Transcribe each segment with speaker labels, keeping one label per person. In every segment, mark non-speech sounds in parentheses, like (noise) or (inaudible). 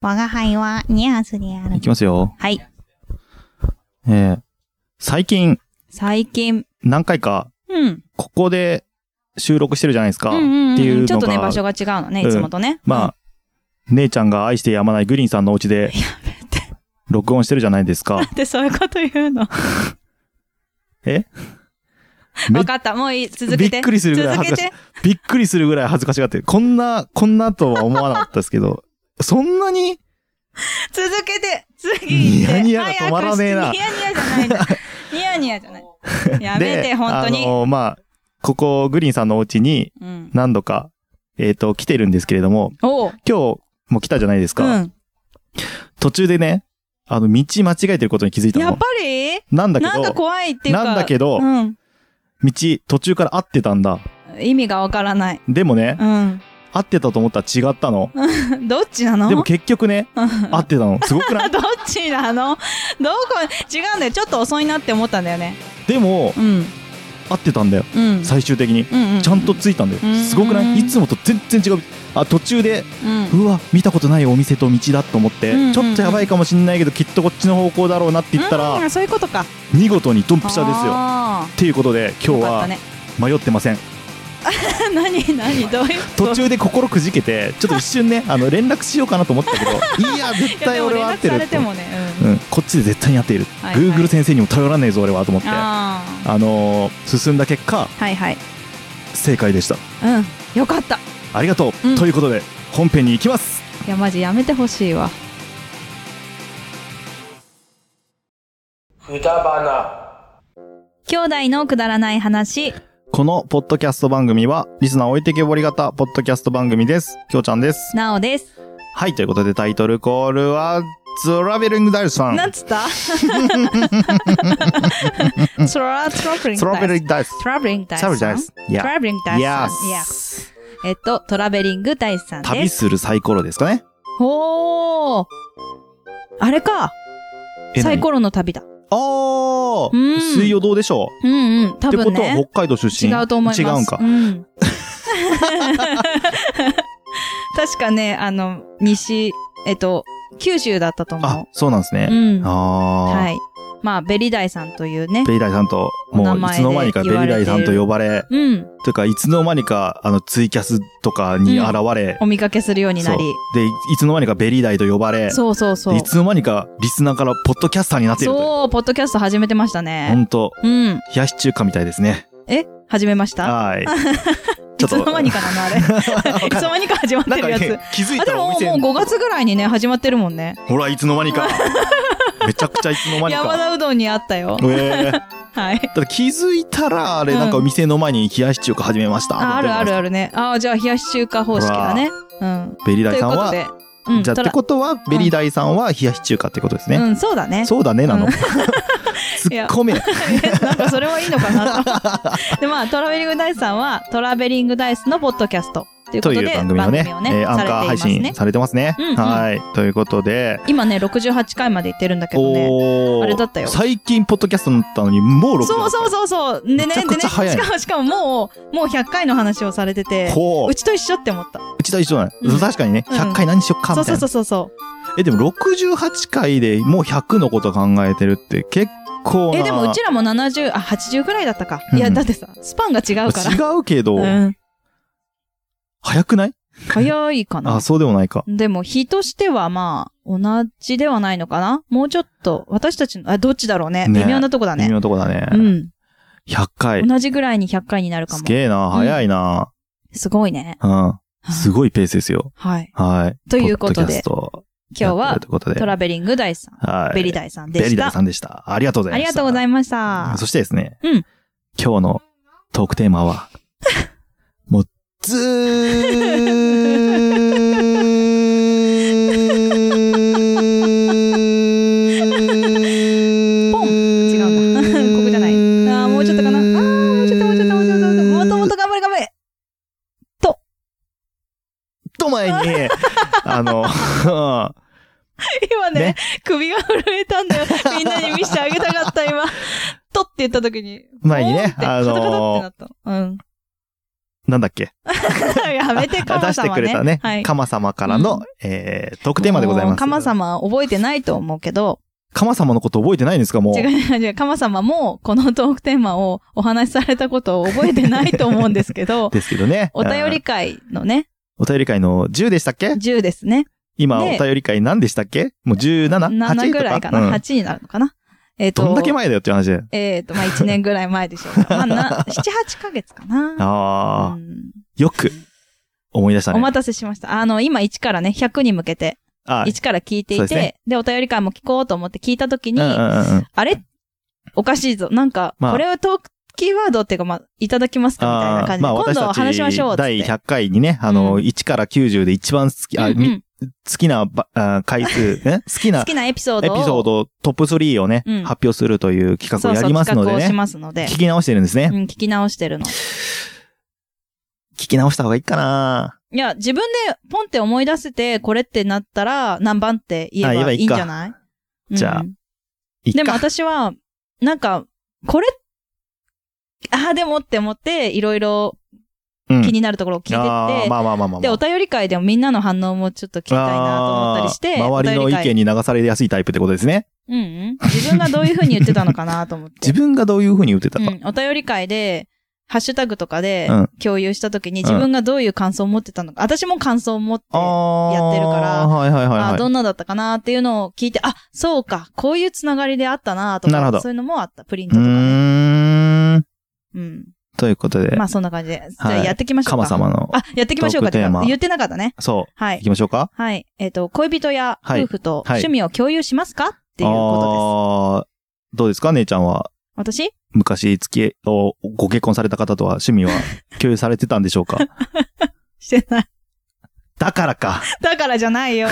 Speaker 1: 我が輩はニャーズである
Speaker 2: い。きますよ。
Speaker 1: はい。
Speaker 2: えー最近、
Speaker 1: 最近。
Speaker 2: 何回か、
Speaker 1: うん。
Speaker 2: ここで収録してるじゃないですか。っ
Speaker 1: うん
Speaker 2: て
Speaker 1: うんうん
Speaker 2: いうのが、
Speaker 1: ちょっとね、場所が違うのね、いつもとね。
Speaker 2: まあ、姉ちゃんが愛してやまないグリーンさんのお家で
Speaker 1: うん。やめて。
Speaker 2: 録音してるじゃないですか。
Speaker 1: なんでそういうこと言う
Speaker 2: (laughs)
Speaker 1: の。
Speaker 2: め
Speaker 1: わかった。もういい。 (laughs) 続けて。
Speaker 2: びっくりするぐらい恥ず
Speaker 1: 続
Speaker 2: か
Speaker 1: け
Speaker 2: しい
Speaker 1: て。
Speaker 2: びっくりするぐらい恥ずかしがって、こんな、こんなとは思わなかったですけど、そんなに、
Speaker 1: 続けて。次行って。
Speaker 2: ニヤニヤが止まらねえな
Speaker 1: 早くしてニヤニヤじゃないん
Speaker 2: (laughs)
Speaker 1: だ。ニヤニヤじゃない。やめて、
Speaker 2: で
Speaker 1: 本当
Speaker 2: あ
Speaker 1: に。
Speaker 2: の、まあ、ここ、グリーンさんのお家に
Speaker 1: うん。
Speaker 2: 何度か、えっ、と、来てるんですけれども、
Speaker 1: おう。
Speaker 2: 今日も来たじゃないです
Speaker 1: う
Speaker 2: か。
Speaker 1: ん。
Speaker 2: 途中でね、あの、道間違えてることに気づいた
Speaker 1: やっ
Speaker 2: の
Speaker 1: ぱ。り
Speaker 2: なんだけ
Speaker 1: なんか
Speaker 2: ど、
Speaker 1: 怖いっていうか。
Speaker 2: なんだけど
Speaker 1: うん。
Speaker 2: 道途中から合ってたんだ。
Speaker 1: 意味がわからない。
Speaker 2: でもね、
Speaker 1: うん。 (laughs)
Speaker 2: 合ってたと思ったら違ったの。
Speaker 1: どっちなの
Speaker 2: でも結局ね、
Speaker 1: うん
Speaker 2: 合ってたの。すごくな
Speaker 1: あ (laughs)
Speaker 2: い
Speaker 1: どっちなのどこ違うんだよちょっと遅いなって思ったんだよね
Speaker 2: でも、
Speaker 1: うん
Speaker 2: 合ってたんだよ。
Speaker 1: うん
Speaker 2: 最終的に。
Speaker 1: うんうん
Speaker 2: ちゃんとついたんだ
Speaker 1: うん
Speaker 2: よ。すごくないいつもと全然違う。あ、途中で、
Speaker 1: うん
Speaker 2: うわ、見たことないお店と道だと思って、
Speaker 1: うん
Speaker 2: ちょっとやばいかもしんないけど、きっとこっちの方向だろうなって言ったら、
Speaker 1: うんそういうことか
Speaker 2: 見事にドンピシャですよ。
Speaker 1: あ
Speaker 2: っていうこと
Speaker 1: ー
Speaker 2: で、今日
Speaker 1: よかった
Speaker 2: は
Speaker 1: ね (laughs)
Speaker 2: 迷ってません。
Speaker 1: 何何どういうこと
Speaker 2: 途中で心くじけて、ちょっと一
Speaker 1: (laughs)
Speaker 2: 瞬ね、あの、連絡しようかなと思ったけど、いや、絶
Speaker 1: いや
Speaker 2: 対
Speaker 1: でも
Speaker 2: 俺は合って
Speaker 1: 連絡さ
Speaker 2: る
Speaker 1: れ
Speaker 2: と
Speaker 1: て
Speaker 2: 思っ
Speaker 1: もね
Speaker 2: て。うん、こっちで絶対に合っている。
Speaker 1: はいはい
Speaker 2: Google 先生にも頼らねえぞ、俺は、と思って。あ
Speaker 1: ああ
Speaker 2: のー進んだ結果、
Speaker 1: はいはい
Speaker 2: 正解でした。
Speaker 1: うんよかったい
Speaker 2: ありがとう。
Speaker 1: うん
Speaker 2: ということで、本編に行きます。
Speaker 1: やマジやめてほしいわ
Speaker 3: くだばな。
Speaker 1: 兄弟のくだらない話
Speaker 2: このポッドキャスト番組は、リスナー置いてけぼり型ポッドキャスト番組です。きょうちゃんです。
Speaker 1: なおです
Speaker 2: はい、ということでタイトルコールは、トラベリングダイスさん。
Speaker 1: なんつった
Speaker 2: (laughs)
Speaker 1: (laughs) トラトラブリン
Speaker 2: ト
Speaker 1: グ
Speaker 2: ラベ
Speaker 1: ダ
Speaker 2: リ
Speaker 1: イ
Speaker 2: ングダイス。
Speaker 1: ストラベリングダイ
Speaker 2: トラベリングダイ
Speaker 1: ス
Speaker 2: ス。い
Speaker 1: ト
Speaker 2: や。
Speaker 1: ラベリングダイスさん Yeah えっと、トラベリング大使さんで
Speaker 2: 旅
Speaker 1: す。
Speaker 2: するサイコロですかね。
Speaker 1: おーあれか
Speaker 2: え
Speaker 1: サイコロの旅だ。
Speaker 2: ああ
Speaker 1: うん
Speaker 2: 水曜どうでしょう
Speaker 1: うんうん、多
Speaker 2: ってこ
Speaker 1: 分
Speaker 2: とは
Speaker 1: ね。
Speaker 2: 北海道出
Speaker 1: 違
Speaker 2: 身
Speaker 1: うと思います。
Speaker 2: 違うんか
Speaker 1: う。ん (laughs) 確かね、あの、西、えっと、九州だったと思
Speaker 2: あ
Speaker 1: う、。
Speaker 2: そうなんです
Speaker 1: う
Speaker 2: ね。
Speaker 1: ん。は
Speaker 2: ああ。
Speaker 1: い。まあ、ベリダイさんというね。
Speaker 2: ベリダイさんと、も
Speaker 1: お名
Speaker 2: うい
Speaker 1: 前
Speaker 2: つの間にか
Speaker 1: で
Speaker 2: ベ
Speaker 1: 言わ
Speaker 2: リ
Speaker 1: れて
Speaker 2: ダ
Speaker 1: いる
Speaker 2: イさんと呼ばれ、
Speaker 1: うん。
Speaker 2: というか、いつの間にか、あの、ツイキャスとかに現れ、
Speaker 1: お見かけするようにな
Speaker 2: そう
Speaker 1: り。
Speaker 2: で、いいつの間にかベリーダイと呼ばれ、
Speaker 1: そうそうそう
Speaker 2: でい。つの間にかリスナーからポッドキャスターになっているという。
Speaker 1: そう、ポッドキャスト始めてました
Speaker 2: ほ
Speaker 1: ね。
Speaker 2: んと、
Speaker 1: うん。
Speaker 2: 冷やし中華みたいですね。
Speaker 1: え始めました (laughs)
Speaker 2: はい。
Speaker 1: いつの間にかなのあ
Speaker 2: (laughs)
Speaker 1: れ。いつの間にか始まって
Speaker 2: なんか
Speaker 1: るやつ。
Speaker 2: ね、気づい
Speaker 1: あ
Speaker 2: た
Speaker 1: で
Speaker 2: らお
Speaker 1: ももう
Speaker 2: 店に
Speaker 1: 5月ぐらいにね始まってるもんね
Speaker 2: ほら、いつの間にか。めちゃくちゃいつの
Speaker 1: (laughs)
Speaker 2: 間に
Speaker 1: 山
Speaker 2: か。
Speaker 1: 田うどんにあったよ
Speaker 2: ええだ
Speaker 1: はい
Speaker 2: から気づいたら、あれ、
Speaker 1: うん
Speaker 2: なんかお店の前に冷やし中華始めました。
Speaker 1: ああるあるあるねああじゃあ冷やし中華方式だねうん
Speaker 2: ベリー
Speaker 1: と
Speaker 2: ダ
Speaker 1: い
Speaker 2: イ
Speaker 1: う
Speaker 2: さん
Speaker 1: こと
Speaker 2: は、
Speaker 1: でうん
Speaker 2: じゃあ
Speaker 1: ト
Speaker 2: って
Speaker 1: ラ
Speaker 2: ことは、ベリーダイさんは冷やし中華ってことですね。
Speaker 1: うんそうだね
Speaker 2: そうだね、な (laughs) の。
Speaker 1: うん
Speaker 2: ツッコ
Speaker 1: (laughs)
Speaker 2: め。
Speaker 1: なんかそれはいいのかな
Speaker 2: (laughs)
Speaker 1: とでまあトラベリングダイスさんはトラベリングダイスのポッドキャストということ
Speaker 2: とい
Speaker 1: で
Speaker 2: う番組をね、えーアン
Speaker 1: され
Speaker 2: カー
Speaker 1: ていま
Speaker 2: 配
Speaker 1: すね
Speaker 2: 信されてますね。
Speaker 1: うんうん
Speaker 2: はい。ということで、
Speaker 1: 今ね68回まで行ってるんだけどね
Speaker 2: おー
Speaker 1: あれだったよ
Speaker 2: 最近、ポッドキャストになったのに、もう6
Speaker 1: そうそうそうそうでね
Speaker 2: めちゃくちゃ早い
Speaker 1: でねしかもしかももうもう100回の話をされてて
Speaker 2: ほう
Speaker 1: う。ちと一緒って思った
Speaker 2: うちと一緒な
Speaker 1: うん
Speaker 2: の。確かにね、
Speaker 1: うん
Speaker 2: 100回何しよっか、
Speaker 1: そう
Speaker 2: みた
Speaker 1: そ
Speaker 2: いうな
Speaker 1: そ。うそうそう
Speaker 2: え、でも68回でもう100のこと考えてるって結構な。
Speaker 1: えでもうちらも70あ80ぐらいだったか、
Speaker 2: うん
Speaker 1: いやだってさスパンが違うから
Speaker 2: 違うけど、
Speaker 1: うん、
Speaker 2: 早くない
Speaker 1: 早いかな
Speaker 2: あ、そうでもないか。
Speaker 1: でも日としてはまあ同じではないのかなもうちょっと私たちのあどっちだろうね
Speaker 2: ね
Speaker 1: 微妙なとこだ
Speaker 2: 微
Speaker 1: ね
Speaker 2: 妙なとこだね。
Speaker 1: うん、
Speaker 2: 100回。
Speaker 1: 同じぐらいに100回になるか
Speaker 2: す
Speaker 1: も
Speaker 2: げえな、早いな。
Speaker 1: すごいね
Speaker 2: うん。す
Speaker 1: い
Speaker 2: ごいペースですよ。
Speaker 1: はい
Speaker 2: はい。
Speaker 1: ということで
Speaker 2: ポッドキャスト
Speaker 1: 今日
Speaker 2: やって
Speaker 1: は
Speaker 2: るということで
Speaker 1: トラベリングダイさん、
Speaker 2: はい。
Speaker 1: ベリダイさんで
Speaker 2: ベ
Speaker 1: し
Speaker 2: リ
Speaker 1: た
Speaker 2: ダイさんでした。ありがとうござ
Speaker 1: あ
Speaker 2: いま
Speaker 1: り
Speaker 2: し
Speaker 1: が
Speaker 2: た。
Speaker 1: とうございました
Speaker 2: そしてですね、
Speaker 1: うん
Speaker 2: 今日のトークテー
Speaker 1: (laughs)
Speaker 2: マは、もう、ずー
Speaker 1: ポン違うんだ (laughs) ここじゃないあーもうちょっとかなあーもうちょっともうちょっともうちょっともうちょっともっともっと頑張れ頑張れ
Speaker 2: と前
Speaker 1: (laughs)
Speaker 2: に、あの、 (laughs)
Speaker 1: 今ね
Speaker 2: ね
Speaker 1: 首が震えたん
Speaker 2: (laughs)
Speaker 1: だよ。みんなに見せてあげたかった、今。とって言った時に。
Speaker 2: 前にね
Speaker 1: ポーンって
Speaker 2: あのー
Speaker 1: カタカタってなったのうん。
Speaker 2: なんだっけ
Speaker 1: (laughs) やめて、
Speaker 2: 出
Speaker 1: カマ様ね。
Speaker 2: してくれたね、
Speaker 1: はい。
Speaker 2: カマ様からの、
Speaker 1: うん
Speaker 2: えー、特テーマでございます。
Speaker 1: カマ。様は覚えてないと思うけど、
Speaker 2: カマ様のこと覚えてないんですかもう。
Speaker 1: 違う違う、カマ様もこのトークテーマをお話しされたことを覚えてないと思うんですけど、
Speaker 2: (laughs) ですけどね。
Speaker 1: (laughs) お便
Speaker 2: あー
Speaker 1: り。会のね、
Speaker 2: お便り会の10でしたっけ
Speaker 1: 10ですね。
Speaker 2: 今、お
Speaker 1: で
Speaker 2: 便り会何でしたっけもう 17?8
Speaker 1: 7ぐらいかな。
Speaker 2: うん、
Speaker 1: 8になるのかな。えっ、と、
Speaker 2: どんだけ前だよっていう話で。
Speaker 1: えっ、と、まあ、1年ぐらい前でしょうか。まあ、な、7、8ヶ月かな。
Speaker 2: あ
Speaker 1: う
Speaker 2: あ、
Speaker 1: ん
Speaker 2: よく思い出したね。
Speaker 1: お待たせしました。あの、今1からね、100に向けて、
Speaker 2: あ
Speaker 1: 1から聞いてい
Speaker 2: そう
Speaker 1: て、
Speaker 2: で
Speaker 1: です
Speaker 2: ね
Speaker 1: お便り会も聞こうと思って聞いたとき
Speaker 2: うん
Speaker 1: に、
Speaker 2: うんうんうん。
Speaker 1: あれおかしいぞ。なんか、
Speaker 2: まあ
Speaker 1: これはトーク、キーワードっていうか、まあ、いただきますかみたいな感じで、
Speaker 2: あーまあ、
Speaker 1: 今度は
Speaker 2: 私た
Speaker 1: 話
Speaker 2: ち
Speaker 1: しましょうっつって。
Speaker 2: 第100回にね、あの、
Speaker 1: うん
Speaker 2: 1から90で一番好き、あ、
Speaker 1: うんう
Speaker 2: み
Speaker 1: ん
Speaker 2: 好きなばあ
Speaker 1: (laughs)
Speaker 2: 回数、ね、好き
Speaker 1: 好
Speaker 2: な
Speaker 1: きなエピソー
Speaker 2: エ
Speaker 1: ドを。
Speaker 2: ピソードトップ3をね、
Speaker 1: うん
Speaker 2: 発表するという企画
Speaker 1: そう
Speaker 2: を
Speaker 1: そう
Speaker 2: やりますので
Speaker 1: 企画をし
Speaker 2: ね。
Speaker 1: ますので。
Speaker 2: 聞き直してるんですね
Speaker 1: う。ん、聞き直してるの。
Speaker 2: 聞き直した方がいいかない
Speaker 1: や、自分でポンって思い出せて、これってなったら、何番って言え
Speaker 2: あ言え
Speaker 1: ば
Speaker 2: ば
Speaker 1: い
Speaker 2: い
Speaker 1: いん
Speaker 2: い
Speaker 1: じ
Speaker 2: か
Speaker 1: ゃない
Speaker 2: じゃあ
Speaker 1: うん
Speaker 2: いっか
Speaker 1: でも私は、なんか、これ、ああ、でもって思って、いろいろ
Speaker 2: うん
Speaker 1: 気になるところを聞いてっ
Speaker 2: あ
Speaker 1: て、
Speaker 2: ーまあまあまあまあまあ。
Speaker 1: で、お便り会でもみんなの反応もちょっと聞きたいなと思ったりして、
Speaker 2: あー周りの
Speaker 1: お
Speaker 2: 意
Speaker 1: 便り会
Speaker 2: 見に流されやすいタイプってことですね。
Speaker 1: うんうん。自分がどういうふうに言ってたのかなと思って。
Speaker 2: (laughs) 自分がどういうふうに言ってたか。
Speaker 1: うん。お便り会で、ハッシュタグとかで
Speaker 2: うん
Speaker 1: 共有したときに
Speaker 2: うん
Speaker 1: 自分がどういう感想を持ってたのか、私も感想を持って、あ
Speaker 2: ああ。
Speaker 1: やってるから
Speaker 2: はいはいはい、
Speaker 1: あ
Speaker 2: はい。
Speaker 1: どんなだったかなっていうのを聞いて、あ、そうか、こういうつながりであったなと
Speaker 2: なるほ
Speaker 1: か、
Speaker 2: ど
Speaker 1: そういうのもあった。プリント
Speaker 2: う
Speaker 1: とかね。
Speaker 2: ーん。
Speaker 1: うん。
Speaker 2: ということで、
Speaker 1: まあそんな感じで。じゃあ
Speaker 2: はい
Speaker 1: やっていきましょう
Speaker 2: カ
Speaker 1: か。
Speaker 2: マ様の、
Speaker 1: あ、やっていきましょうかって
Speaker 2: トークテーマ
Speaker 1: 言ってなかったね。
Speaker 2: そ
Speaker 1: は
Speaker 2: う、行
Speaker 1: い。
Speaker 2: きましょうか。
Speaker 1: はい。えっ、と、恋人や
Speaker 2: はい
Speaker 1: 夫婦と
Speaker 2: はい
Speaker 1: 趣味を共有しますか、っていうこ
Speaker 2: あーどうですか姉ちゃんは、
Speaker 1: とです。私
Speaker 2: 昔付き合いを、ご結婚された方とは趣味は共有されてたんでしょ
Speaker 1: (laughs)
Speaker 2: うか
Speaker 1: してない。 (laughs)
Speaker 2: だからか。
Speaker 1: だからじゃない
Speaker 2: (laughs)
Speaker 1: よ。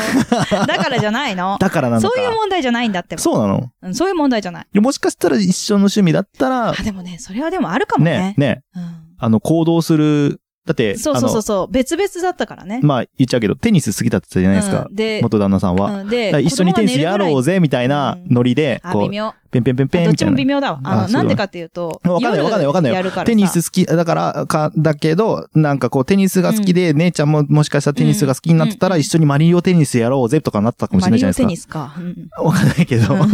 Speaker 1: だからじゃないの。
Speaker 2: だからなの
Speaker 1: そ
Speaker 2: か。
Speaker 1: ういう問題じゃないんだってば
Speaker 2: そうなの
Speaker 1: うんそういう問題じゃない。
Speaker 2: いやもしかしたら一緒の趣味だったら
Speaker 1: あ、、でもね、それはでもあるかも
Speaker 2: ね
Speaker 1: ね、。
Speaker 2: ね、
Speaker 1: うん
Speaker 2: あの、行動する、だって、
Speaker 1: そうそうそうそう。別々だったからね。
Speaker 2: あの、まあ、言っちゃうけど、テニス好きだったじゃないですか
Speaker 1: う。んで、
Speaker 2: 元旦那さんは。
Speaker 1: うん
Speaker 2: だ
Speaker 1: で
Speaker 2: から一緒にテニスやろう
Speaker 1: ぜ。
Speaker 2: ぜ、みたいなノリで、
Speaker 1: あ、
Speaker 2: こ
Speaker 1: 微
Speaker 2: う、
Speaker 1: 妙。あ
Speaker 2: ペンペンペンペン
Speaker 1: どっ
Speaker 2: み
Speaker 1: ち
Speaker 2: たい
Speaker 1: も微
Speaker 2: な。
Speaker 1: 妙だわ。あの、
Speaker 2: あそうだ
Speaker 1: なんでかっていうと、
Speaker 2: わかんない
Speaker 1: 夜
Speaker 2: わかんないわかんないよ
Speaker 1: やるからさ
Speaker 2: テニス好き、だから、か、だけど、なんかこう、テニスが好きで、姉ちゃんももしかしたらテニスが好きになってたら、
Speaker 1: うん
Speaker 2: 一緒にマリオテニスやろうぜ、とかなってたかもしれないじゃない
Speaker 1: マリオテ
Speaker 2: で
Speaker 1: ニ
Speaker 2: す
Speaker 1: スか。うん
Speaker 2: か。わかんないけ (laughs) ど。
Speaker 1: うん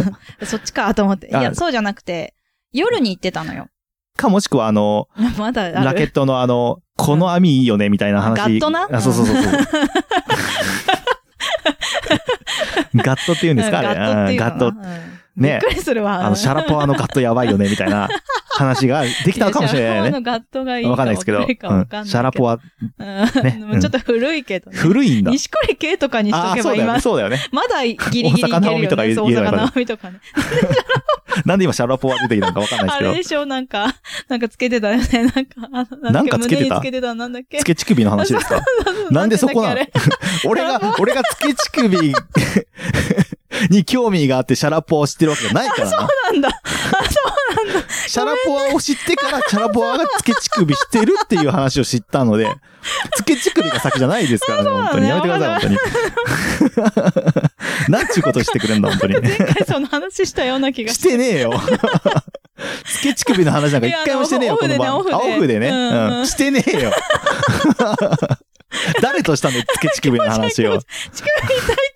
Speaker 1: そっちかと思って。いや、
Speaker 2: あ
Speaker 1: そうじゃなくて、夜に行ってたのよ。 (laughs)
Speaker 2: か、もしくは、あの、
Speaker 1: まだある。
Speaker 2: ラケットのあの、この網いいよね、みたいな話。
Speaker 1: ガットな
Speaker 2: あ、そうそうそうそう。 (laughs) ガットって言うんですかあれ。
Speaker 1: ガットっていうの
Speaker 2: うんガット。
Speaker 1: かなうんびっ
Speaker 2: ね
Speaker 1: くりするわ。
Speaker 2: あの、シャラパワのガットやばいよね、みたいな話ができたのかもしれな
Speaker 1: シャラポワ
Speaker 2: いよね。
Speaker 1: のガットがいいか
Speaker 2: わかんないですけど。うん
Speaker 1: 悪
Speaker 2: シ
Speaker 1: いかわかんないけど。
Speaker 2: ャラポワ、
Speaker 1: うん
Speaker 2: ね
Speaker 1: もうちょっと古いけどね。
Speaker 2: 古いんだ。
Speaker 1: 錦織圭とかにし
Speaker 2: あ
Speaker 1: と
Speaker 2: あー、
Speaker 1: け
Speaker 2: そ
Speaker 1: ば
Speaker 2: うだよ
Speaker 1: 今
Speaker 2: ね。、そうだよね。
Speaker 1: まだギリギリいけるよ、ね。
Speaker 2: 大阪直美とか言え
Speaker 1: そう
Speaker 2: 言えば
Speaker 1: 大阪
Speaker 2: よかった
Speaker 1: 直美とかね。
Speaker 2: なんで今シャラポワ出てきたのかわかんない
Speaker 1: あれ
Speaker 2: で
Speaker 1: ですしょなんか、なんかつけてたよね。なんか、あのだっ
Speaker 2: なん
Speaker 1: け
Speaker 2: かつけ
Speaker 1: 胸
Speaker 2: てた
Speaker 1: につけてたなんだっ
Speaker 2: け
Speaker 1: け
Speaker 2: ど。つけ乳首の話ですか (laughs) なんでそこなの
Speaker 1: んだっけ
Speaker 2: (laughs) 俺が、俺がつけ乳首 (laughs) に興味があってシャラポワを知ってるわけじゃないからな。
Speaker 1: あれなんだ。
Speaker 2: (laughs) シャラポワを知ってから、シャラポワがつけ乳首してるっていう話を知ったので、つけ乳首が先じゃないで
Speaker 1: (laughs)
Speaker 2: すからね、本当に。やめてください、本当に。 (laughs) なんちゅうことしてくれんだ、本当
Speaker 1: (laughs)
Speaker 2: に。
Speaker 1: 前回その話したような気が
Speaker 2: (laughs) してね
Speaker 1: (laughs)
Speaker 2: えよ。つけ乳首の話なんか一回もしてねえよ、
Speaker 1: い
Speaker 2: こ
Speaker 1: やオ
Speaker 2: の番
Speaker 1: フでね
Speaker 2: あ
Speaker 1: オ
Speaker 2: オ
Speaker 1: フ
Speaker 2: フ
Speaker 1: で
Speaker 2: でね。
Speaker 1: うんうん
Speaker 2: うん。してねえよ。 (laughs) 誰としたのつけ乳首の話
Speaker 1: 乳首痛いっ
Speaker 2: を。
Speaker 1: て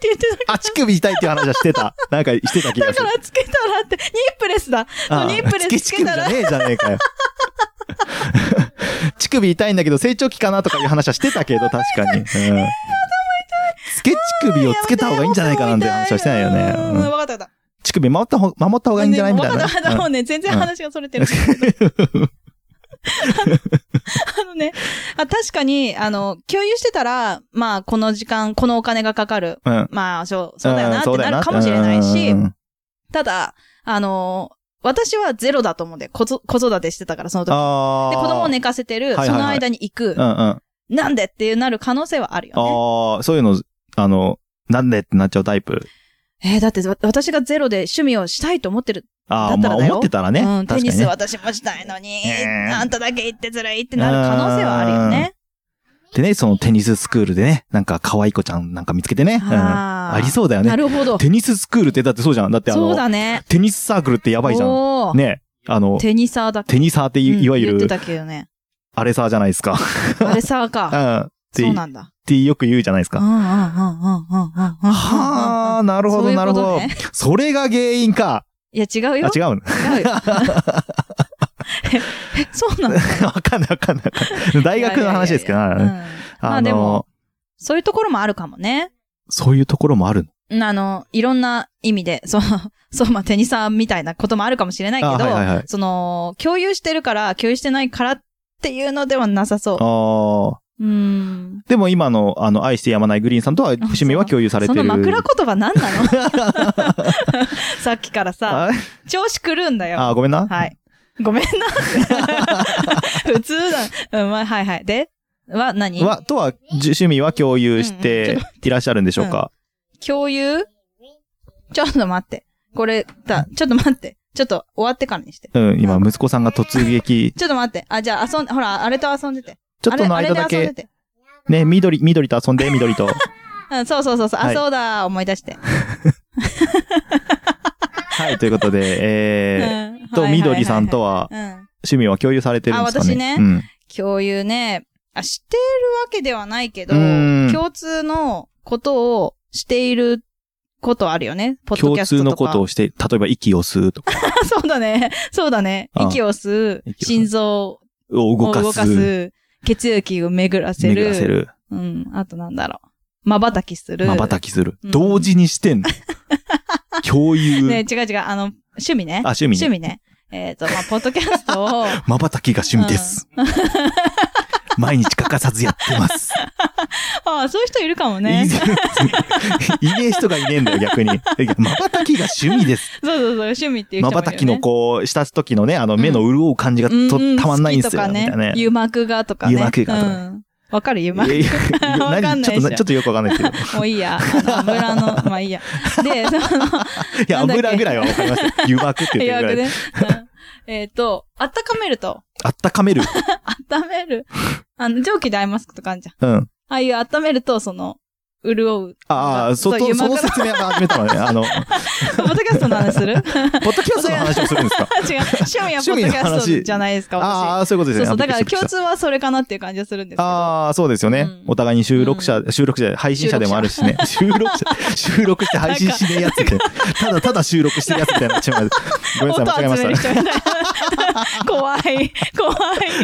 Speaker 1: 言ってた
Speaker 2: あ、乳首痛いっていう話はしてた。なんかしてた気がす
Speaker 1: か
Speaker 2: る。
Speaker 1: らつけたらって、ニップレスだ。
Speaker 2: ああ
Speaker 1: ニップレスつけたら
Speaker 2: つけ乳首じゃねえじゃねえかよ。 (laughs) 乳首痛いんだけど成長期かなとかいう話はしてたけど、確かに。うん。つけ乳首をつけた方がいいんじゃないかなんて話はしてないよね。
Speaker 1: うん
Speaker 2: うん
Speaker 1: わかったわかっ
Speaker 2: 乳首守った方、守った方
Speaker 1: た。
Speaker 2: がいいんじゃないみたい
Speaker 1: わかったわかったも
Speaker 2: な。
Speaker 1: うね、全然話がそれてる。 (laughs) あのね、あ確かに、あの、共有してたら、まあ、この時間、このお金がかかる。
Speaker 2: うん。
Speaker 1: まあ、そう、そうだよなって
Speaker 2: ん
Speaker 1: なるかもしれないし
Speaker 2: うん、うん
Speaker 1: ただ、あの私はゼロだと思うんで、子ぞ子育てしてたから、その時。
Speaker 2: あ
Speaker 1: で、
Speaker 2: あ。
Speaker 1: 子供を寝かせてる、
Speaker 2: はいはいはい
Speaker 1: その間に行く、
Speaker 2: うんうん。あ
Speaker 1: なんでっていうなる可能性はあるよね。
Speaker 2: あ、そういうの、あの、なんでってなっちゃうタイプ。
Speaker 1: えーだってわ私がゼロで趣味をしたいと思ってる。
Speaker 2: あ
Speaker 1: だ
Speaker 2: あ、
Speaker 1: った
Speaker 2: まあ
Speaker 1: らだよ
Speaker 2: 思ってたらね。
Speaker 1: うん、
Speaker 2: 確か
Speaker 1: テ
Speaker 2: に
Speaker 1: ニス
Speaker 2: ね。
Speaker 1: 私もしたいのに、
Speaker 2: えー
Speaker 1: あんただけ行ってずるいってなる可能性はあるよね。
Speaker 2: でね、そのテニススクールでね、なんか可愛い子ちゃんなんか見つけてね。うん
Speaker 1: あー
Speaker 2: ありそうだよ
Speaker 1: な
Speaker 2: ね。
Speaker 1: るほど。
Speaker 2: テニススクールってだってそうじゃん。だってあ
Speaker 1: そう
Speaker 2: の、
Speaker 1: だね。
Speaker 2: テニスサークルってやばいじゃん。
Speaker 1: おー
Speaker 2: ね。あの、
Speaker 1: テニサーだっけ
Speaker 2: テニサーってい
Speaker 1: うん
Speaker 2: いわゆ
Speaker 1: 言って
Speaker 2: る、 (laughs)
Speaker 1: たけどね。
Speaker 2: アレサーじゃないですか。
Speaker 1: あれさ
Speaker 2: う
Speaker 1: か。
Speaker 2: ん。って、
Speaker 1: そう
Speaker 2: っ
Speaker 1: なんだ。
Speaker 2: てよく言うじゃないです
Speaker 1: うん
Speaker 2: か
Speaker 1: う。んうんうんうんうんうんうん。
Speaker 2: はあ、なるほ
Speaker 1: そう
Speaker 2: ど、
Speaker 1: いう
Speaker 2: なる
Speaker 1: こ
Speaker 2: ほ
Speaker 1: と
Speaker 2: ど
Speaker 1: ね。
Speaker 2: それが原因か。
Speaker 1: いや、違う
Speaker 2: あ
Speaker 1: よ、。
Speaker 2: 違うの
Speaker 1: 違
Speaker 2: (laughs)
Speaker 1: うよ。え、そうなんだ。
Speaker 2: (laughs) わかんないわかんないわかんない。大学の話ですけど、
Speaker 1: いやいやいや
Speaker 2: あ
Speaker 1: うんまあで
Speaker 2: の
Speaker 1: も、、そういうところもあるかもね。
Speaker 2: そういうところもあるの
Speaker 1: あの、いろんな意味で、そう、そう、まあ、テニサーみたいなこともあるかもしれないけど、
Speaker 2: あはいはいはい
Speaker 1: その、共有してるから、共有してないからっていうのではなさそ
Speaker 2: ああ。
Speaker 1: う。うーん。
Speaker 2: でも今の、あの、愛してやまないグリーンさんとは趣味は共有され
Speaker 1: そ
Speaker 2: てる。
Speaker 1: の枕言葉何なの (laughs) さっきからさ、
Speaker 2: あ
Speaker 1: 調子狂うんだよ。
Speaker 2: あ、ごめんな。
Speaker 1: はい。ごめんな。 (laughs) 普通だ。うん、まあ、はいはい。では何、
Speaker 2: は、とは、じゅ趣味は共有していらっしゃるんでしょうか、
Speaker 1: 共有ちょっと待って。これ、だ、ちょっと待って。ちょっと終わってからにして。
Speaker 2: うん、今、息子さんが突撃。
Speaker 1: ちょっと待って。あ、じゃあ遊んで、ほら、あれと遊んでて。
Speaker 2: ちょっとの間だ
Speaker 1: あれあれで遊んで
Speaker 2: け、
Speaker 1: て。
Speaker 2: ね、緑、緑と遊んで、緑と。 (laughs)
Speaker 1: うん、そうそうそうそう。あ、
Speaker 2: はい
Speaker 1: そうだ、思い出して。
Speaker 2: はい、ということで、え
Speaker 1: うん
Speaker 2: ー、と、緑さんと。は
Speaker 1: はいはいはいはいうん。
Speaker 2: 趣味は共有されてるんですか
Speaker 1: あ
Speaker 2: ね。
Speaker 1: 私ね
Speaker 2: うん。
Speaker 1: 共有ね、あ、してるわけではないけど、
Speaker 2: うん
Speaker 1: 共通のことをしていることあるよね。ポッドキ
Speaker 2: 共
Speaker 1: ャスト
Speaker 2: 通
Speaker 1: と
Speaker 2: の
Speaker 1: か。
Speaker 2: ことをして、例えば息を吸うとか、
Speaker 1: あ (laughs) そうだね。そうだね。
Speaker 2: あ
Speaker 1: 息を吸う、
Speaker 2: 息を吸う
Speaker 1: 心臓を
Speaker 2: を動
Speaker 1: 動
Speaker 2: か
Speaker 1: か
Speaker 2: す、
Speaker 1: す、血液を巡らせる。
Speaker 2: 巡らせる、
Speaker 1: うん。あとなんだろう。瞬きする。
Speaker 2: 瞬きする。
Speaker 1: うん
Speaker 2: 同時にしてん
Speaker 1: (laughs)
Speaker 2: の。共有。
Speaker 1: ね、違う違う。あの、趣味ね。
Speaker 2: あ、趣味
Speaker 1: 趣
Speaker 2: ね。
Speaker 1: 味ね。えっ、と、まあ、ポッドキャスト
Speaker 2: (laughs)
Speaker 1: を、
Speaker 2: 瞬きが趣味です。毎日欠かさずやってます。
Speaker 1: ああ、そういう人いるかも
Speaker 2: いい
Speaker 1: (laughs) ね。
Speaker 2: ね (laughs) いねえ人がいねえんだよ、逆に。 (laughs) 瞬きが趣味です。
Speaker 1: そうそうそう、趣味っていう人もいる、ね。
Speaker 2: 瞬きのこう、したす時のね、あの、
Speaker 1: ん
Speaker 2: 目の潤う感じがと、
Speaker 1: う
Speaker 2: たまんないんですよ。
Speaker 1: 好きとか
Speaker 2: みたいな
Speaker 1: ね。
Speaker 2: ね。
Speaker 1: 油膜がとかね。
Speaker 2: 油膜がとかね
Speaker 1: うん。わかる油膜。
Speaker 2: いやいや
Speaker 1: わかんない
Speaker 2: ちょっ
Speaker 1: じ
Speaker 2: と、
Speaker 1: ゃん
Speaker 2: ちょっとよくわかんないですけど。
Speaker 1: もういいや。あの油
Speaker 2: (laughs)
Speaker 1: の、まあいいや。で、その、
Speaker 2: いや、
Speaker 1: なんだっけ
Speaker 2: 油ぐらいはわかりました。油膜って言ってる
Speaker 1: 油
Speaker 2: ぐら
Speaker 1: 膜
Speaker 2: いで。
Speaker 1: ね。うんえっと、温めると。
Speaker 2: あったかめる。
Speaker 1: 温める。あの、蒸気でアイマスクとかあるじゃん。
Speaker 2: うん。
Speaker 1: ああいう温めると、その、潤う。
Speaker 2: ああ、そ、
Speaker 1: そう
Speaker 2: と
Speaker 1: 油
Speaker 2: そ
Speaker 1: 膜
Speaker 2: の
Speaker 1: の
Speaker 2: 説明が始めたのね。あの、
Speaker 1: ポッドキャストの話する (laughs) 違う。
Speaker 2: ポッドキャストの話をするんですか
Speaker 1: 趣味はポッドキャストじゃないですか、 (laughs) 私。
Speaker 2: ああ、そういうことです
Speaker 1: そう
Speaker 2: ね。
Speaker 1: そう。だから
Speaker 2: びっくり
Speaker 1: 共
Speaker 2: した
Speaker 1: 通はそれかなっていう感じがするんですけど。
Speaker 2: ああ、そうですよね。
Speaker 1: うん
Speaker 2: お互いに収録者、収録者、配信者でもあるしね。収録者、収録して配信しねえやつって、ただただ収録してるやつみたいになっちゃう。ごめんなさい、間
Speaker 1: 音集め
Speaker 2: 違えま
Speaker 1: る
Speaker 2: した。
Speaker 1: 人みたいな。 (laughs) 怖い、怖い、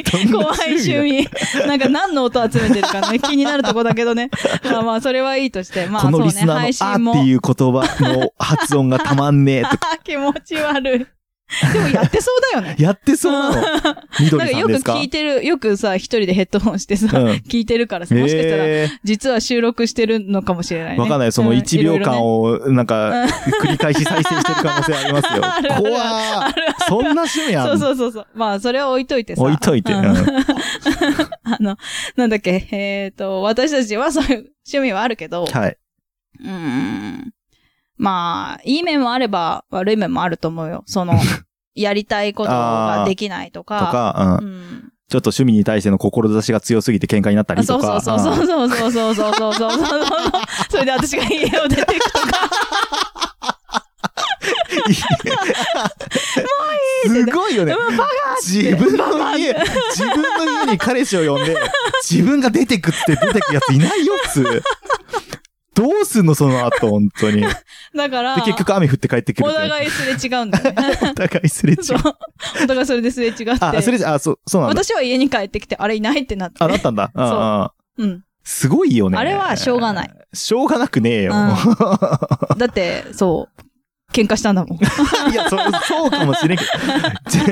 Speaker 2: どんな
Speaker 1: 怖い
Speaker 2: 趣
Speaker 1: 趣味。なんか何の音集めてるかね、気 (laughs) になるとこだけどね。まあまあ、それはいいとして。まあ、
Speaker 2: こ
Speaker 1: そう
Speaker 2: の
Speaker 1: ね
Speaker 2: リス、ナ
Speaker 1: 配
Speaker 2: ー
Speaker 1: 信
Speaker 2: の
Speaker 1: も
Speaker 2: あって。いう言葉の発音がたまんねえとか、
Speaker 1: あ、 (laughs) 気持ち悪い。でもやってそうだよ
Speaker 2: (laughs)
Speaker 1: ね。
Speaker 2: やってそう
Speaker 1: (laughs)
Speaker 2: なの。
Speaker 1: なん
Speaker 2: 緑
Speaker 1: か
Speaker 2: さん
Speaker 1: よく
Speaker 2: ですか
Speaker 1: 聞いてる、よくさ、一人でヘッドホンしてさ、
Speaker 2: うん
Speaker 1: 聞いてるからさ、もしかしたら、
Speaker 2: え
Speaker 1: 実は収録してるのかもしれない、
Speaker 2: え
Speaker 1: ね。
Speaker 2: わかんない。その
Speaker 1: うん
Speaker 2: 1秒間。
Speaker 1: いろいろね
Speaker 2: を、なんか、繰り返し再生してる可能性あります
Speaker 1: (laughs) あ
Speaker 2: よ
Speaker 1: るあるあ。る
Speaker 2: 怖ーそんな趣味あ
Speaker 1: そうん
Speaker 2: の
Speaker 1: そうそうそう。まあ、それは置いといてさ。
Speaker 2: 置いといて。
Speaker 1: う
Speaker 2: うん
Speaker 1: (laughs)
Speaker 2: ん
Speaker 1: あの、なんだっけ、えっ、と、私たちはそういう趣味はあるけど、
Speaker 2: はい。
Speaker 1: うーん。まあ、いい面もあれば悪い面もあると思うよ。
Speaker 2: (laughs)
Speaker 1: その、やりたいことができないと
Speaker 2: と
Speaker 1: か。
Speaker 2: か、うん
Speaker 1: う。ん。
Speaker 2: ちょっと趣味に対しての志が強すぎて喧嘩になっ
Speaker 1: あ
Speaker 2: たり
Speaker 1: そ
Speaker 2: と
Speaker 1: うそ
Speaker 2: か。
Speaker 1: うそうそうそうそうそうそうそうそうそうそう。それで私が家を出てくとか。
Speaker 2: うんすごいよね。自分の家、自分の家に彼氏を呼んで、自分が出てくって出てくやついないよ、普通。どうすんの、その後、本当に。で、
Speaker 1: だから、
Speaker 2: 結局雨降って帰ってくる
Speaker 1: お
Speaker 2: って。
Speaker 1: 互いすれ違うんだよね。
Speaker 2: お互いす (laughs) れ違う。
Speaker 1: そう。お互いそれですれ違って。
Speaker 2: あ、それじゃ、あ、そう、そうなんだ。
Speaker 1: 私は家に帰ってきて、あれいないってなって。
Speaker 2: あ、だったんだ。うん
Speaker 1: そう
Speaker 2: うん
Speaker 1: うん。
Speaker 2: すごいよね。
Speaker 1: あれはしょうがない。
Speaker 2: しょうがなくねえよ。
Speaker 1: だって、そう。喧嘩したんだもん。
Speaker 2: (laughs) いや、そ、そうかもしれんけど。じ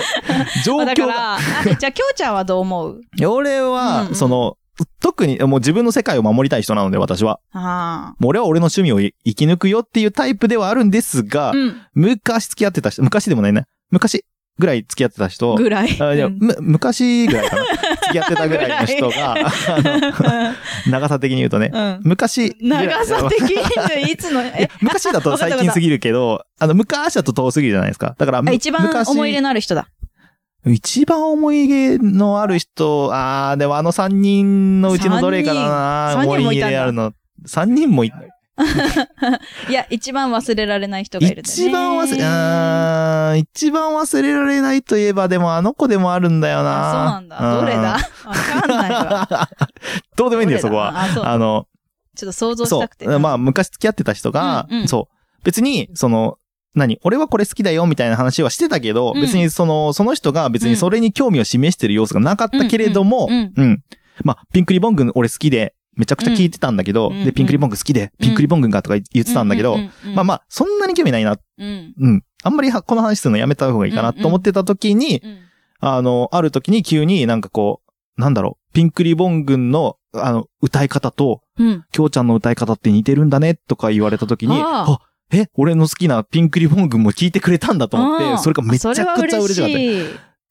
Speaker 2: 状
Speaker 1: まあだ
Speaker 2: 況
Speaker 1: か
Speaker 2: が
Speaker 1: ら、あえじゃあ、きょうちゃんはどう思う
Speaker 2: 俺は、
Speaker 1: うんうん
Speaker 2: その、特に、もう自分の世界を守りたい人なので、私は。
Speaker 1: あ
Speaker 2: もう俺は俺の趣味をい生き抜くよっていうタイプではあるんですが、
Speaker 1: あ。うん。
Speaker 2: 昔付き合ってた人、昔でもないね。昔ぐらい付き合ってた人、
Speaker 1: ぐらい。
Speaker 2: あいや
Speaker 1: うん
Speaker 2: む昔ぐらいかな。付き合ってたぐらいの人
Speaker 1: (laughs)
Speaker 2: が、あの (laughs) 長さ的に言うとね、
Speaker 1: うん。
Speaker 2: 昔ぐらい。
Speaker 1: 長さ的に、いつの、
Speaker 2: いや
Speaker 1: え、
Speaker 2: 昔だと最近すぎるけど、あの、昔だと遠すぎるじゃないですか。だから、
Speaker 1: あ一番
Speaker 2: 昔
Speaker 1: 思い入れのある人だ。
Speaker 2: 一番思い入れのある人、あー、でもあの三人のうちのどれかだな
Speaker 1: 三人
Speaker 2: 思い入れあるの。三人もい、
Speaker 1: いや、一番忘れられない人がいるんだよね。
Speaker 2: 一番忘れ、うーん、一番忘れられないといえば、でもあの子でもあるんだよな。
Speaker 1: あそうなんだ。どれだわかんないわ。
Speaker 2: (laughs) どうでもいいんだよ、
Speaker 1: ど
Speaker 2: そこ
Speaker 1: れ
Speaker 2: は。
Speaker 1: あ、そう。
Speaker 2: あの、
Speaker 1: ちょっと想像し
Speaker 2: そ
Speaker 1: たくて。
Speaker 2: う。まあ、昔付き合ってた人が
Speaker 1: うんう、ん
Speaker 2: そう。別に、その、何俺はこれ好きだよ、みたいな話はしてたけど、
Speaker 1: うん
Speaker 2: 別にその、その人が別にそれに興味を示してる様子がなかったけれども
Speaker 1: うんうん、
Speaker 2: うん。まあ、ピンクリボン軍俺好きで、めちゃくちゃ聞いてたんだけど
Speaker 1: うん、う
Speaker 2: で、
Speaker 1: ん
Speaker 2: ピンクリボン軍好きで、ピンクリボン軍がとか言ってたんだけど
Speaker 1: う、う
Speaker 2: まあまあ、そんなに興味ないな。
Speaker 1: うんうん
Speaker 2: うん。あんまりはこの話するのやめた方がいいかなと思ってた時に、
Speaker 1: うんうん
Speaker 2: あの、ある時に急になんかこう、なんだろう、ピンクリボン軍の、あの、歌い方と、
Speaker 1: うん。
Speaker 2: きょうちゃんの歌い方って似てるんだねとか言われた時に、
Speaker 1: あ
Speaker 2: あえ、俺の好きなピンクリボン軍も聞いてくれたんだと思って、それがめちゃくちゃ嬉しかった。っ
Speaker 1: い。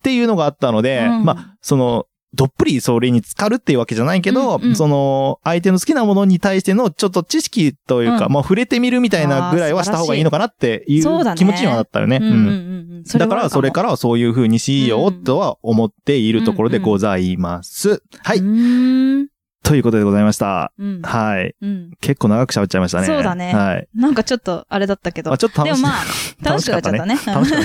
Speaker 2: ていうのがあったので、
Speaker 1: うん
Speaker 2: まあ、その、どっぷりそれに浸かるっていうわけじゃないけど、
Speaker 1: うんうん
Speaker 2: その、相手の好きなものに対してのちょっと知識というか、
Speaker 1: う
Speaker 2: まあ触れてみるみたいなぐらいはした方がいいのかなっていう
Speaker 1: そうだね
Speaker 2: 気持ちにはなったよね。
Speaker 1: うん
Speaker 2: う
Speaker 1: うんんうんうん。
Speaker 2: だから、それからはそういう風にしようとは思っているところでございます。は
Speaker 1: ら
Speaker 2: い。
Speaker 1: うーん。
Speaker 2: ということでございました。
Speaker 1: うん。
Speaker 2: はい。
Speaker 1: うん。
Speaker 2: 結構長く喋っちゃいましたね。
Speaker 1: そうだね
Speaker 2: はい。
Speaker 1: なんかちょっと、あれだったけど。
Speaker 2: まあ、ちょっと
Speaker 1: で
Speaker 2: (laughs) 楽
Speaker 1: も
Speaker 2: しい。
Speaker 1: まあ、楽しくなっちゃったね。
Speaker 2: 楽しかっ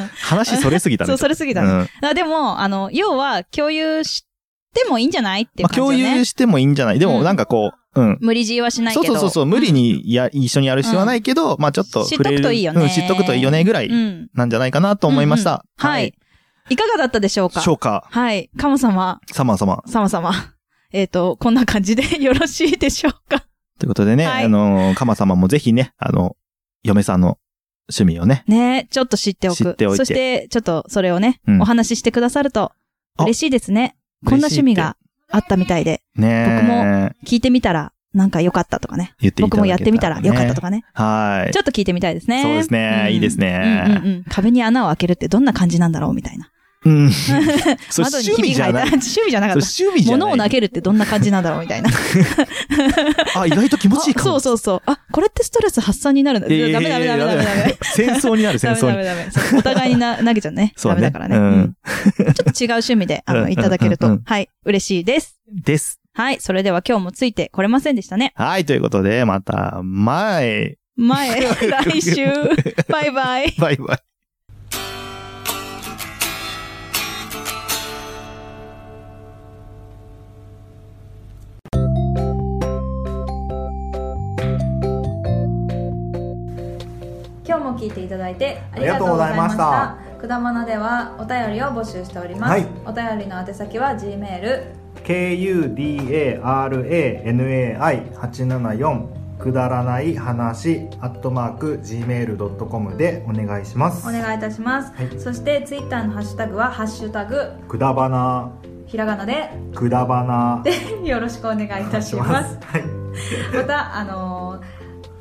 Speaker 1: うん
Speaker 2: 話それすぎた
Speaker 1: (laughs)
Speaker 2: ね。
Speaker 1: そう、それすぎだね。
Speaker 2: うん
Speaker 1: あでも、あの、要は、共有してもいいんじゃないっていう
Speaker 2: まあ、
Speaker 1: 感
Speaker 2: 共
Speaker 1: じよね
Speaker 2: 有。してもいいんじゃないで
Speaker 1: う
Speaker 2: も、
Speaker 1: ん
Speaker 2: なんかこう、うん。
Speaker 1: 無理強いはしない
Speaker 2: そう
Speaker 1: け
Speaker 2: そ
Speaker 1: ど。
Speaker 2: うそうそう、無理にや、一緒にやる必要はないけど、まあちょっと
Speaker 1: 知っと
Speaker 2: 触れる。
Speaker 1: くといいよね
Speaker 2: うん、知っとくといいよね、ぐらい
Speaker 1: うん。
Speaker 2: なんじゃないかなと思いました。
Speaker 1: うんうんはい。。いかがだったでしょうか
Speaker 2: しょうか。
Speaker 1: はい。カモ様、
Speaker 2: サマー様。
Speaker 1: サマ様。えっ、と、こんな感じでよろしいでしょうか
Speaker 2: ということでね、
Speaker 1: はい
Speaker 2: あのー、カマ様もぜひね、あの、嫁さんの趣味をね、
Speaker 1: ねちょっと知っておく。
Speaker 2: 知っておいて
Speaker 1: そして、ちょっとそれをね、
Speaker 2: うん
Speaker 1: お話ししてくださると
Speaker 2: あ
Speaker 1: 嬉しいですね。こんな趣味があったみたいで、
Speaker 2: ね
Speaker 1: 僕聞いてみたらなんか良かったとかね。
Speaker 2: 言っていただけたらね
Speaker 1: 僕もやってみたら良かったとかね。
Speaker 2: はい
Speaker 1: ち。ょっと聞いてみたいですね。
Speaker 2: そうですねいいですね
Speaker 1: うんうんうん。壁に穴を開けるってどんな感じなんだろうみたいな。
Speaker 2: うん。 (laughs) それ
Speaker 1: 窓にひ
Speaker 2: 趣味
Speaker 1: び
Speaker 2: じ
Speaker 1: が
Speaker 2: ゃ
Speaker 1: 入った。(laughs)
Speaker 2: ない。
Speaker 1: 趣味じゃなかっ
Speaker 2: それ趣味
Speaker 1: た。
Speaker 2: じゃない。
Speaker 1: 物を投げるってどんな感じなんだろうみたい
Speaker 2: (laughs)
Speaker 1: な。
Speaker 2: あ、意外と気持ちいいかも。
Speaker 1: そうそうそう。あ、これってストレス発散になるんだ。
Speaker 2: えー
Speaker 1: ダメダメダメダメダメ。
Speaker 2: 戦争になる、戦
Speaker 1: ダメ
Speaker 2: 争
Speaker 1: ダ
Speaker 2: に。
Speaker 1: メダメ。そうお互いにな投げちゃうね。
Speaker 2: (laughs) そう
Speaker 1: ダ
Speaker 2: ね
Speaker 1: メだからね。
Speaker 2: うん
Speaker 1: うんちょっと違う趣味で、あ
Speaker 2: うんうんうん
Speaker 1: の、
Speaker 2: うん
Speaker 1: いただけると、はい、嬉しいです。
Speaker 2: です。
Speaker 1: はい、それでは今日もついてこれませんでしたね。
Speaker 2: はい、ということで、また、前、
Speaker 1: 前、来週、バイバイ。
Speaker 2: バイバイ。
Speaker 1: 今日も聞いていただいてあり
Speaker 2: り
Speaker 1: が
Speaker 2: が
Speaker 1: と
Speaker 2: と
Speaker 1: う
Speaker 2: う
Speaker 1: ござ
Speaker 2: ござ
Speaker 1: い
Speaker 2: い
Speaker 1: ま
Speaker 2: ま
Speaker 1: し
Speaker 2: した
Speaker 1: た。くだまなではお便りを募集しております。
Speaker 2: はい
Speaker 1: お便りの宛先は G メール
Speaker 2: kudaranai874 くだらない話アットマーク gmail.com でお願いしま
Speaker 1: お
Speaker 2: す
Speaker 1: 願いいたします。
Speaker 2: はい
Speaker 1: そしてツイッターのハッシュタグはハッシュタグ
Speaker 2: くだばな
Speaker 1: ひらがなで (laughs)
Speaker 2: くだばな
Speaker 1: よろしくお願いいたします。
Speaker 2: はい
Speaker 1: またあのー